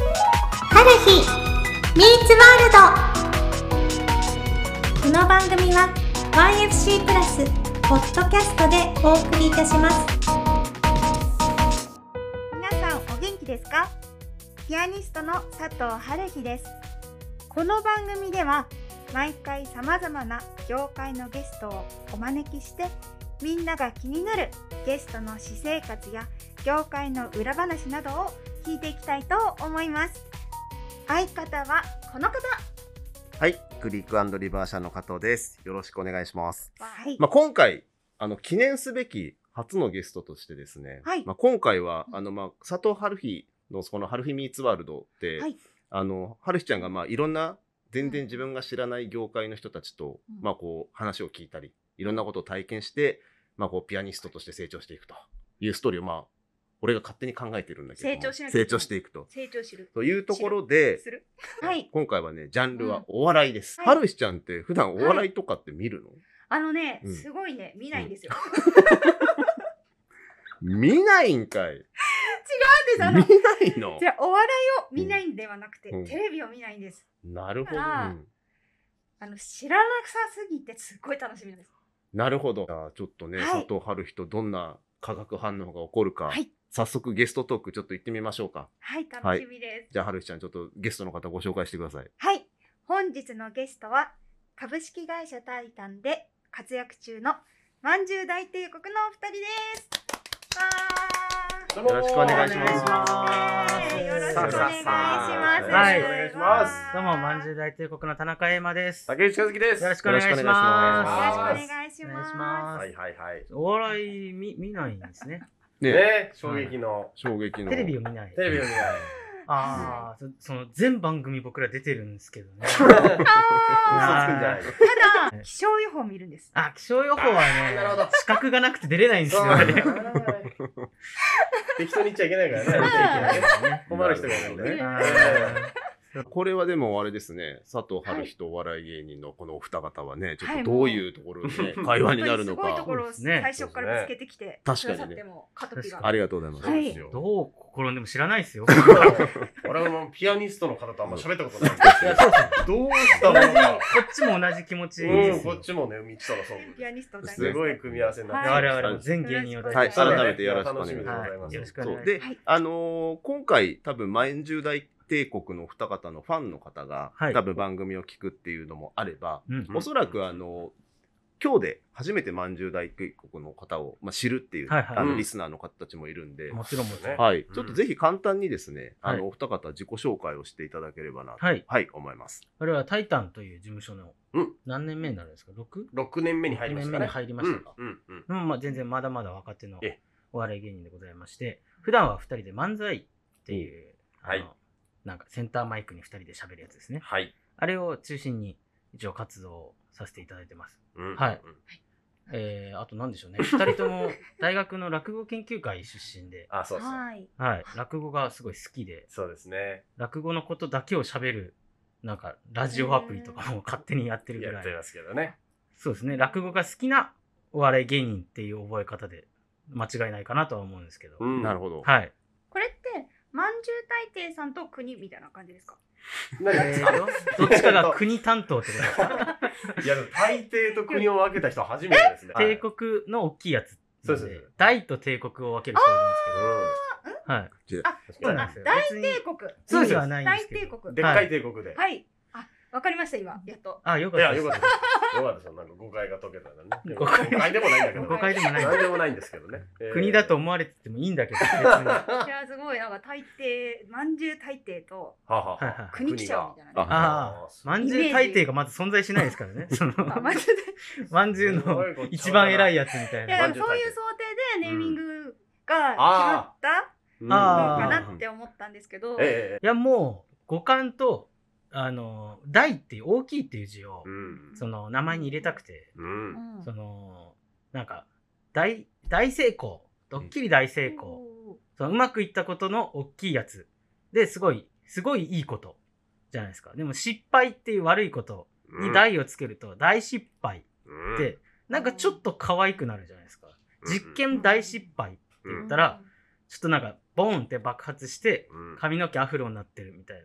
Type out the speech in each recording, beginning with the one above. ある日ミーツワールドこの番組は YFC プラスポッドキャストでお送りいたします皆さんお元気ですかピアニストの佐藤春日ですこの番組では毎回さまざまな業界のゲストをお招きしてみんなが気になるゲストの私生活や業界の裏話などを聞いていきたいと思います相方はこの方はい、クリックリバー社の加藤です。よろしくお願いします。はいまあ、今回、あの、記念すべき初のゲストとしてですね、はいまあ、今回は、あの、まあ、佐藤春日のこの春日ミーツワールドって、はいあの、春日ちゃんが、まあ、いろんな、全然自分が知らない業界の人たちと、うんまあ、こう、話を聞いたり、いろんなことを体験して、まあ、こう、ピアニストとして成長していくというストーリーを、まあ、俺が勝手に考えてるんだけども、成長しなきゃ成長していくと。成長する。というところで、する。はい今回はね、ジャンルはお笑いです。うんはるしちゃんって普段お笑いとかって見るの、あのね、うんすごいね、見ないんですよ。見ないんかい。見ななんでさ、いあののじゃあお笑いを見ないんではなくて、うんテレビを見ないんです。なるほど、だからうんあの知らなさすぎてすっごい楽しみなんです。なるほど。じゃあちょっとね、はい佐藤春日とどんな化学反応が起こるか、はい早速ゲストトークちょっと行ってみましょうか。はい、楽しみです。じゃあ春日ちゃん、ちょっとゲストの方ご紹介してください。はい、本日のゲストは株式会社タイタンで活躍中の万十大帝国のお二人です。わーよろしくお願いしますよろしくお願いしますはい、お願いします。どどううもも、ままんんじじゅゅう大帝国の田中英馬です。よ竹内和樹です。ろしくお願いします。よろしくお願よろ願しいくお願いしおま願いしす。まいはいはい。す。お笑い見見ないんですね。ねね、衝撃の衝撃の。テレビを見ない。テレビの未来。ああ、そその全番組僕ら出てるんですけどね。ああー嘘つくんじゃないのーただ気象予報見るんです。あ、気象予報はねなるほど、資格がなくて出れないんですそうよ。なあんだれよ適当に言っちゃいけないからね。見ちゃいけない困る人がいるんでね。あこれはでもあれですね、佐藤春日とお笑い芸人のこのお二方はね、ちょっはいとどういうところでね、会話になる すのごいかと。ころを最初からぶつけてきて、そうでくださすねってもカトピ確が。ありがとうございます。そうですーよ。どう転んでも知らないですよ。俺もピアニストの方とあんま喋ったことないんでいやそうそうどうし同たじ、のこか。っちも同じ気持ちうでん、すこっよ。ちもね、道とのそう。ピアニストになりましたすごい組み合わせになってはい我々も全芸人をは代い、表して改めてよろしくお願いします。はい、よろしくおそ願いしまうす。で、はいあのー今回多分前10代帝国のお二方のファンの方が、はい多分番組を聞くっていうのもあれば、うんんおそらくあのー今日で初めてまんじゅう大帝国の方を、まあ、知るっていう、はいはいあうのんリスナーの方たちもいるんで、もちろんもちろん。はいうんちょっとぜひ簡単にですね、あはのお二方自己紹介をしていただければなと、ははいい思います。我々はタイタンという事務所のうん何年目になるんですか ?6? 6年目に入りましたね。 6年目に入りましたかうん、うんうん。うん、まあ全然まだまだ若手のええお笑い芸人でございまして、普段は2人で漫才っていう、あのはいなんかセンターマイクに2人で喋るやつですね。はい。あれを中心に一応活動をさせていただいてます。うんはい。えー、あと何でしょ うね。2人とも大学の落語研究会出身で、あ、そうそう。はい。はい、落語がすごい好きで、そうですね。落語のことだけを喋る、なんかラジオアプリとかも勝手にやってるぐやらっいて。ますけどね。そうですね。落語が好きなお笑い芸人っていう覚え方で間違いないかなとは思うんですけど。うんなるほど。はい。これって、まんじゅう大帝さんと国みたいな感じですか 何が違うえー とどっちかが国担当ってことですかいや、でも大抵と国を分けた人 は初めてですね。 帝国の大きいやつそなうんそうで。そう大と帝国を分ける人がいるんですけど。はい。うそん。う確かなにんですよ。大別に帝国。意味はないんで大すけ帝ど。国。でっかい帝国で。はい。あ、わかりました、今。やっと。あ、よかいったや、です。よかったです。よかったですよ。なんか誤解が解けたらね。誤解誤解でもないんだけど誤。解でもない。何でもないんですけどね。えー国だと。思われててもいい んだけど、別に。はいいや、すごい、なんか大帝、まんじゅう大帝とはははいは。国来ちゃうみたいなね。ああ、まんじゅう大帝がまず存在しないですからね。その、あまんじゅう大帝まんじゅうの一番偉いやつみたいいや、な。でもそういう想定でネーミングが決まったうんあのかーなって思ったんですけど、えいや、もう、五感と、あの、大っていう大きいっていう字をえ。う、ん。その、名前に入れたくて、う。うんんその、なんか、大、大成功。ドッキリ大成功。そのうまくいったことの大きいやつ。で、すごい、すごいいいこと。じゃないですか。でも、失敗っていう悪いことに大をつけると、大失敗うんって、なんかちょっと可愛くなるじゃないですか。実験大失敗って言ったら、ちょっとなんか、ボーンって爆発して、うん髪の毛アフロになってるみたいな。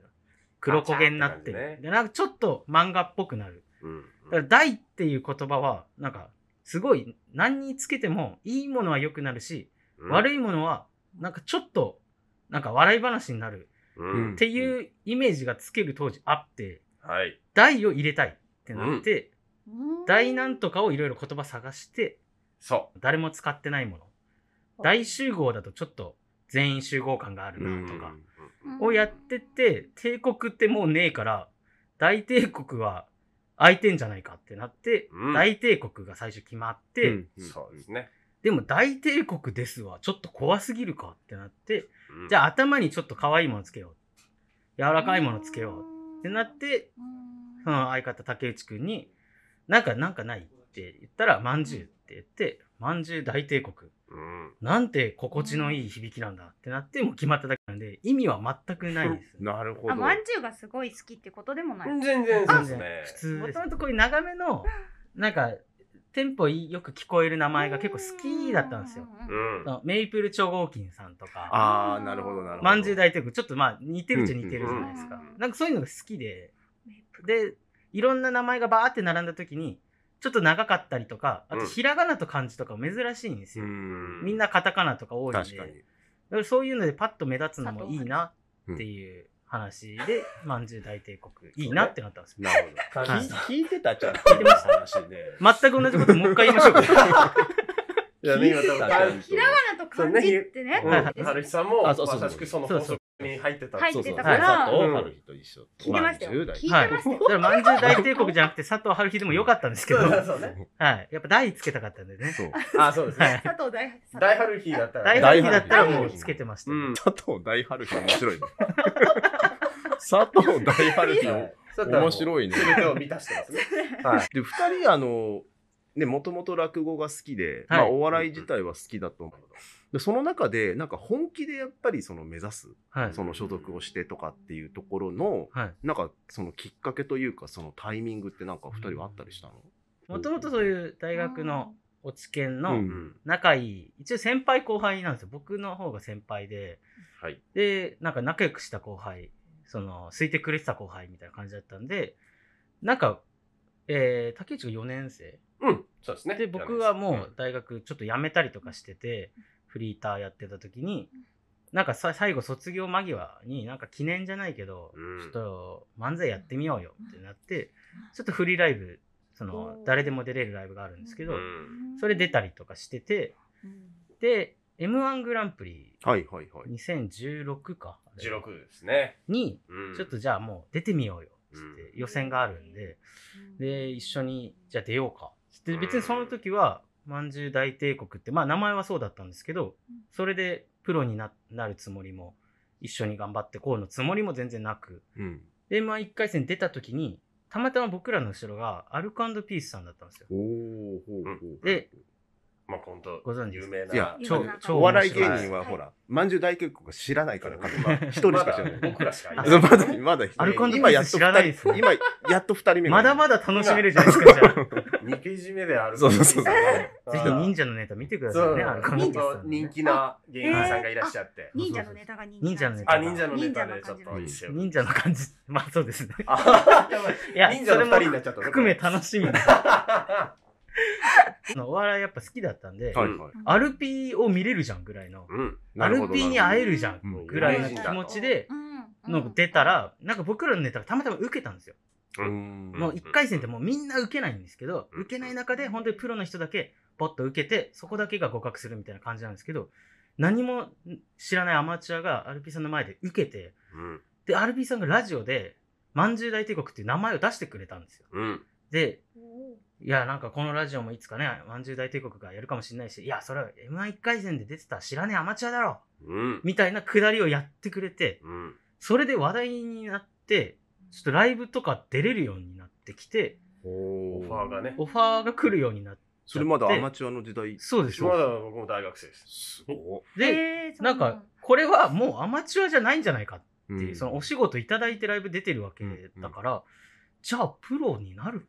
黒焦げになってガチャってる。感じねで、なんかちょっと漫画っぽくなる。うん。だから、大っていう言葉は、なんか、すごい、何につけても、いいものは良くなるし、悪い。いものは、なんかちょっと、なんか笑い話になるうん。っていうイメージがつける当時あって、はい。大を入れたいってなって、うん大なんとかをいろいろ言葉探して、そ誰も使ってないもの。大集合だとちょっと全員集合感があるなとか、をやってって、帝国ってもうねえから、大帝国は空いてんじゃないかってなって、うん大帝国が最初決まっう。て、うんそうですね。でも大帝国ですわ、ちょっと怖すぎるかってなって、じあ、ゃあ頭にちょっと可愛いものつけよう。柔らかいものつけようってなって、うんその相方竹内くんに、なんかなんかないって言ったら、まんじゅうって言って、まんじゅう大帝国。うん。なんて心地のいい響きなんだってなって、もう決まっただけなんで、意味は全くないんですよ。なるほど。あまんじゅうがすごい好きってことでもない、全然そうですね。普通もともとこういう長めのなんかテンポいいよく聞こえる名前が結構好きだったんですよう。ううんんそ。のメイプル超合金さんとかああ、なるほど、なるほど。まんじゅう大帝国ちょっとまあ似てるっちゃ似てるじゃないですうかんうんうん。なんかそういうのが好きでメイプでいろんな名前がバーって並んだ時にちょっと長かったりとかあとうんひらがなと漢字とか珍しいんですうよ。ん。みんなカタカナとか多いんで確かに。だからそういうのでパッと目立つのもいいなっていう話でまんじゅう大帝国いいなってなったんですよ。なるほど。 はい聞い聞いてたちゃんと。聞いてました話ね。全く同じこともう一回言いましょう か。いやね今多分ひらがなと漢字ってねうん春日さんも、あそうそうまさしくその法そう則に入ってた。入そっうそてう、たかからら佐藤春日と一緒。聞いてましたよ10代聞いてましたよ、だから、まんじゅう大帝国じゃなくて、佐藤春日でもよかったんですけど、そうはそうい。そうね。やっぱ大つけたかったんでね。 そう。あ、そうですはね。い。佐藤大佐藤大春日だったら大ね。春日だったらもうつけてました。うん。佐藤大春日面白いね。 佐藤大春 日は面いそうだったらもう白いね。全てを満たしてますね。はい。 で、二人、あの、ね、もともと落語が好きで、はまいあ、お笑い自体は好きだと思う。で、その中で、なんか本気でやっぱりその目指す、はい。その所属をしてとかっていうところの、はい。なんかそのきっかけというか、そのタイミングってなんか二人はあったりしたのもともとそういう大学のお知見うのん仲いい、一応先輩後輩なんですよ。僕の方が先輩で、はい。で、なんか仲良くした後輩、その、好いてくれてた後輩みたいな感じだったんで、なんか、えー、竹内が4年生うん、そうですね。で、僕はもう大学ちょっと辞めたりとかしてて、フリーターやってた時に、なんかさ最後卒業間際になんか記念じゃないけど、うんちょっと漫才やってみようよってなって、ちょっとフリーライブ、そのおー誰でも出れるライブがあるんですけどう、んそれ出たりとかしてて、うんで、M1 グランプリはいはいはい。 2016か。あれ16ですね。に、うんちょっとじゃあもう出てみようよっつって予選があるんで、で、一緒に、じゃあ出ようか。で、別にその時は、まんじゅう大帝国って、まあ名前はそうだったんですけどうん、それでプロにななるつもりも、一緒に頑張ってこうのつもりも全然なく、うん。で、まあ1回戦出た時に、たまたま僕らの後ろが、アルコピースさんだったんですよ。おー、ほうほうほう。で、まあ、本当ご存知で有す名いやな。超今、超お笑い芸面白人はほら、まんじゅう大結構知らないから、 まあ一人しか知らない。僕らしかいあない。そうまだ、まだ一人、アルコピ今やーっスと知らない二です人、ね。今やっと二人目まだまだ。だ楽しめるじゃないですか、じゃあ。 2ページ目である。そうそうそうぜひ忍者のネタ見てくだそさいうね、アルコピースさ本当んね。人気な芸人さんがいらっしゃって。忍者のネタが忍忍者のネタあ、忍者のネタでちょっと一緒。忍者の感じ。まあそうですね。あ、やばい。いや、忍そ者れのも二人になっちゃった。含め楽しみです。あのお笑いやっぱ好きだったんで、はいはい。アルピーを見れるじゃんぐらいの、うん。アルピーに会えるるじゃんぐらいの気持ちで、のの出たら、なんか僕らのネタがたまたま受けたんですよ。ほど。うんもう1回戦ってもうみんな受けないんですけど、うん受けない中で本当にプロの人だけポッと受けて、そこだけが互角するみたいな感じなんですけど、何も知らないアマチュアがアルピーさんの前で受けて、うん。で、アルピーさんがラジオで、まんじゅう大帝国っていう名前を出してくれたんですよ。うん。で、うんいや、なんかこのラジオもいつかね、まんじゅう大帝国がやるかもしれないし、いや、それは M11 回戦で出てた知らねえアマチュアだろうん。みたいなくだりをやってくれて、うん。それで話題になって、ちょっとライブとか出れるようになってきて、オおファーがね。オファーが来るようになって、それまだアマチュアの時代。そうですまだ僕も大学生です。すごで、へーそうなんか、これはもうアマチュアじゃないんじゃないかいっていう、そのおし仕事いただいてライブ出てるわけだから、じゃあプロになる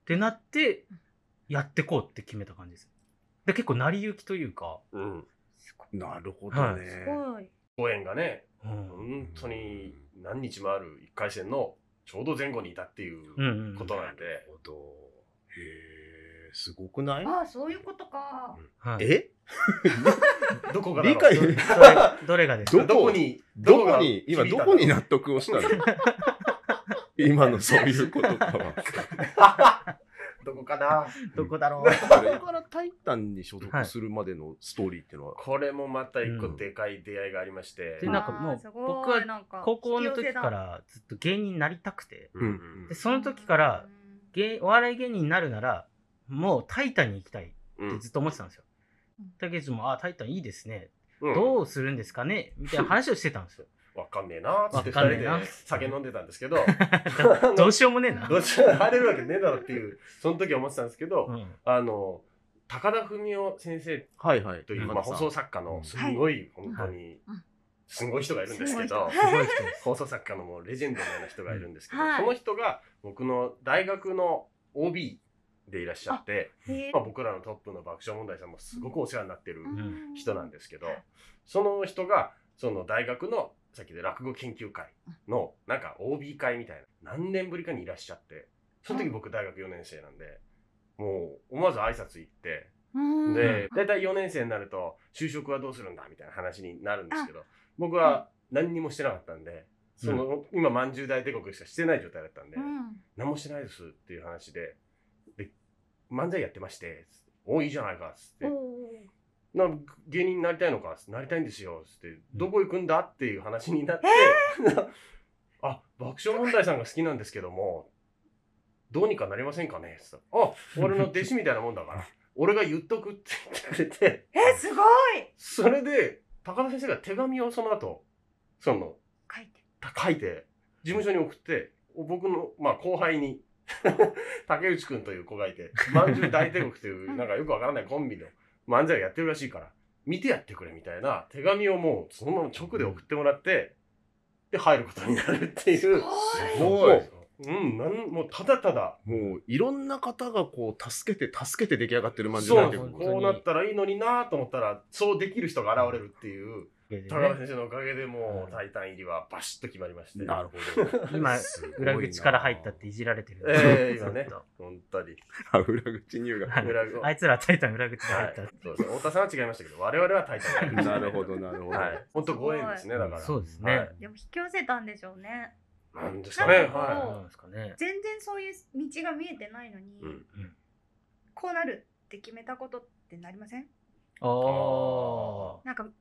ってなってやってこうって決めた感じです。で結構成り行きというか、うん。すごいなるほどね。すごい応援がね、うん本当に何日もある1回戦のちょうど前後にいたっていううんうんうんことなんで、ほど。へえ、すごくないああ、そういうことか。はいえ どこが理解どどれどれがですどかどこにどがこに、今響いどたこに納得をしたの 今のそういうことかは。 どこかなどこだろそれからタイタンに所属するまでのストーリーっていうのは、これもまた一個でかい出会いがありまして、でなんかもうあーすごい僕はなんかう高校の時か引き寄せだらずっと芸人になりたくてうんうんでその時かうらん芸お笑い芸人になるならもうタイタンに行きたいっうんてずっと思ってたんですようん。竹内も「あタイタンいいですねうんどうするんですかね?」みたい な話をしてたんですよ。わかんねえなーっつって二わか人んねえでな酒飲んでたんですけどどうしようもねえな。どっちも入れるわけねえだろっていうその時は思ってたんですけど、 うんあの高田文雄先生はいはい。という、中ま野あ、さん放送作家のすんごい、本当にうんすごい人がいるんですけど、すごい人です。放送作家のもうレジェンドのような人がいるんですけど、はいその人が僕の大学の OB でいらっしゃって、へえまあ、僕らのトップの爆笑問題さんもすごくお世話になってるん人なんですけど、うんその人がその大学のさっきで落語研究会のなんか OB 会みたいな何年ぶりかにいらっしゃってその時僕大学4年生なんでもう思わず挨拶行ってうんで大体4年生になると就職はどうするんだみたいな話になるんですけど僕は何にもしてなかったんで。その今まんじゅう大帝国しかしてない状態だったんで、うん何もしてないですっていう話でで漫才やってましておいいじゃないかっつっておーな芸人になりたいのかなりたいんですよつってどこ行くんだっていう話になって、 あ爆笑問題さんが好きなんですけどもどうにかなりませんかねつってあ俺の弟子みたいなもんだから俺が言っとくって言ってくれてえ、すごいそれで高田先生が手紙をその後その書いて。書いて事務所に送って僕の、まあ、後輩に 竹内くんという子がいて「まんじゅう大帝国」というなんかよくわからないコンビの漫才をやってるらしいから見てやってくれみたいな手紙をもうそのまま直で送ってもらってで入ることになるっていう。すもごい。ううん、なんもうただただもういろんな方がこう助けて助けて出来上がってるそまうんじゅうなんてでいすうよ本当にこうなったらいいのになと思ったらそうできる人が現れるっていう高田先生のおかげでもうう「んタイタン」入りはバシッと決まりましてなるほど。今すごいな裏口から入ったっていじられてる。ええ今 ねずっと本当にあ裏口入学。はい裏口あいつらタイタン裏口に入はっいた。、そうですね太田さんは違いましたけど我々はタイタ ンなるほど、なるほど。はい本当ご縁ですねだからそうですねはいでも引き寄せたんでしょうね。なんですかねなるはほなんですかね。全然そういう道が見えてないのに、うんうんこうなるって決めたことってなりませんああ。なんかん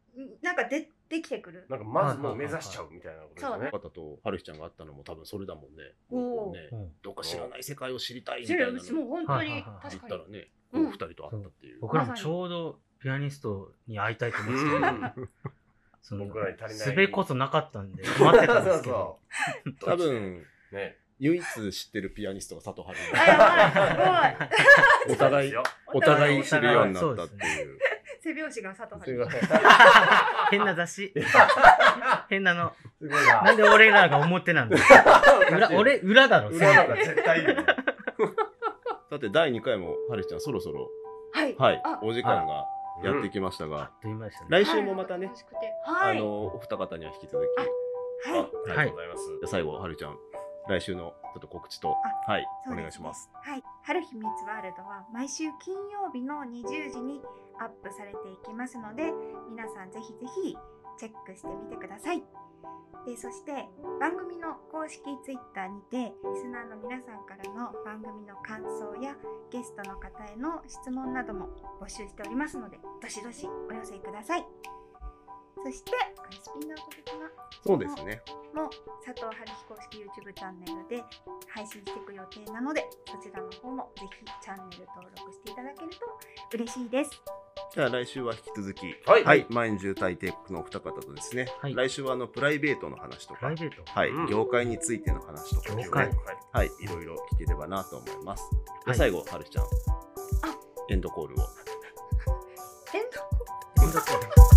なんかでできてくるいなんかまずもう目指しちゃうみたいなことですよね方と春日ちゃんがあったのも多分それだもんね。おーねうんどっか知らない世界を知りたいみそたいれなはの私もう本当はいはいにはいはい言確っかたにらね、こうんう二人と会ったっていう。僕らもちょうどピアニストに会いたいと思ってたんで、その僕らに足りないすべこそなかったんで、待ってたんですけど、そうそう多分、ね唯一知ってるピアニストが佐藤あ春やばい 日。お互いそう、お互い知るようになったっていう。すごい背拍子が佐藤さんですよにすいません変な雑誌、変なの。すごいななんで俺らが表なん だよ裏、俺、裏だろ、裏なんか絶対いいよねだって第2回も春日ちゃんそろそろ、はいはいあ、お時間がやってきましたあが、っという間でしたね。来週もまたねはい楽しくてあはいはいの、お二方には引き続き、あありがとうございますじゃあ最後、はるちゃん、来週のちょっと告知と、はい、おそう願でいすしねます。はい春日ミツワールドは毎週金曜日の20時にアップされていきますので皆さんぜひぜひチェックしてみてくださいでそして番組の公式ツイッターにてリスナーの皆さんからの番組の感想やゲストの方への質問なども募集しておりますのでどしどしお寄せくださいそしてこれスピンのことかなそうですね。も佐藤春彦公式 YouTube チャンネルで配信していく予定なのでそちらの方もぜひチャンネル登録していただけると嬉しいです。じゃあ来週は引き続き、はいはい、毎日大帝国のお二方とですね、はい来週はあのプライベートの話とプラかイ、ベート。はい、うん業界についての話とか、業界はい、いろいろ聞ければなと思います。ではい最後、はるちゃんあ、エンドコールを。エンド エンドコール